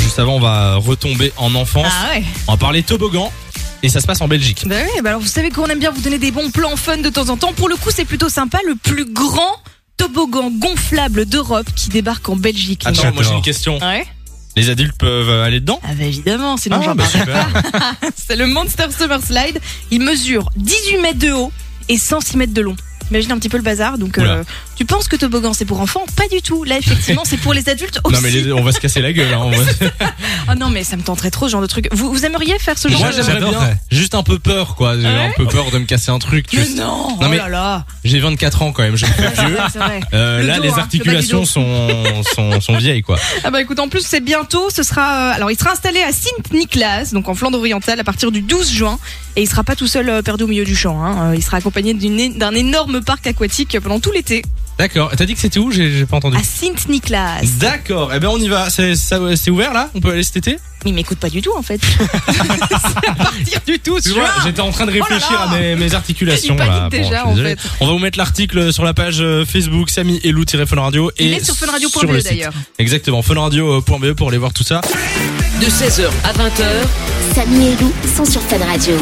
juste avant, on va retomber en enfance. Ah ouais. On va parler toboggan et ça se passe en Belgique. Bah oui, bah alors vous savez qu'on aime bien vous donner des bons plans fun de temps en temps. Pour le coup, c'est plutôt sympa. Le plus grand toboggan gonflable d'Europe qui débarque en Belgique. Ah Attends, moi j'ai J'adore. une question. Ouais. Les adultes peuvent euh, aller dedans Ah bah évidemment, sinon Ah, j'en bah, parle. super. C'est le Monster Summer Slide. Il mesure 18 mètres de haut et 106 mètres de long. Imagine un petit peu le bazar. Donc, Oula. euh, tu penses que toboggan c'est pour enfants Pas du tout. Là, effectivement, c'est pour les adultes aussi. Non mais les- on va se casser la gueule. hein, on va- Ah non, mais ça me tenterait trop ce genre de truc. Vous, vous aimeriez faire ce genre Moi de j'aimerais j'adore, bien. ouais. Juste un peu peur quoi. J'ai un peu peur de me casser un truc. tu Mais sais. non, Non, mais- Oh là là. J'ai 24 ans quand même. Je me fais C'est vieux. vrai, c'est vrai. Euh, Le là, dos, les hein, le bas du articulations dos. sont, sont, sont vieilles, quoi. Ah bah écoute, en plus c'est bientôt, ce sera euh, alors il sera installé à Sint-Nicolas, donc en Flandre orientale à partir du 12 juin et il sera pas tout seul euh, perdu au milieu du champ hein. Euh, il sera accompagné d'une é- d'un énorme parc aquatique euh, pendant tout l'été D'accord. T'as dit que c'était où J'ai j'ai pas entendu. à Sint-Nicolas. D'accord. Eh ben, on y va. C'est ça- c'est ouvert, là On peut aller cet été Il m'écoute pas du tout en fait. c'est à partir du 12 Tu juin. vois, j'étais en train de réfléchir Oh là là à mes, mes articulations. Il panique là. déjà, je suis en désolé. fait. On va vous mettre l'article sur la page euh, Facebook Samy et Lou Fun Radio. Et Il est sur funradio.be sur le site. d'ailleurs. Exactement, funradio.be pour aller voir tout ça. De 16h à 20h, Samy et Lou sont sur Fan Radio.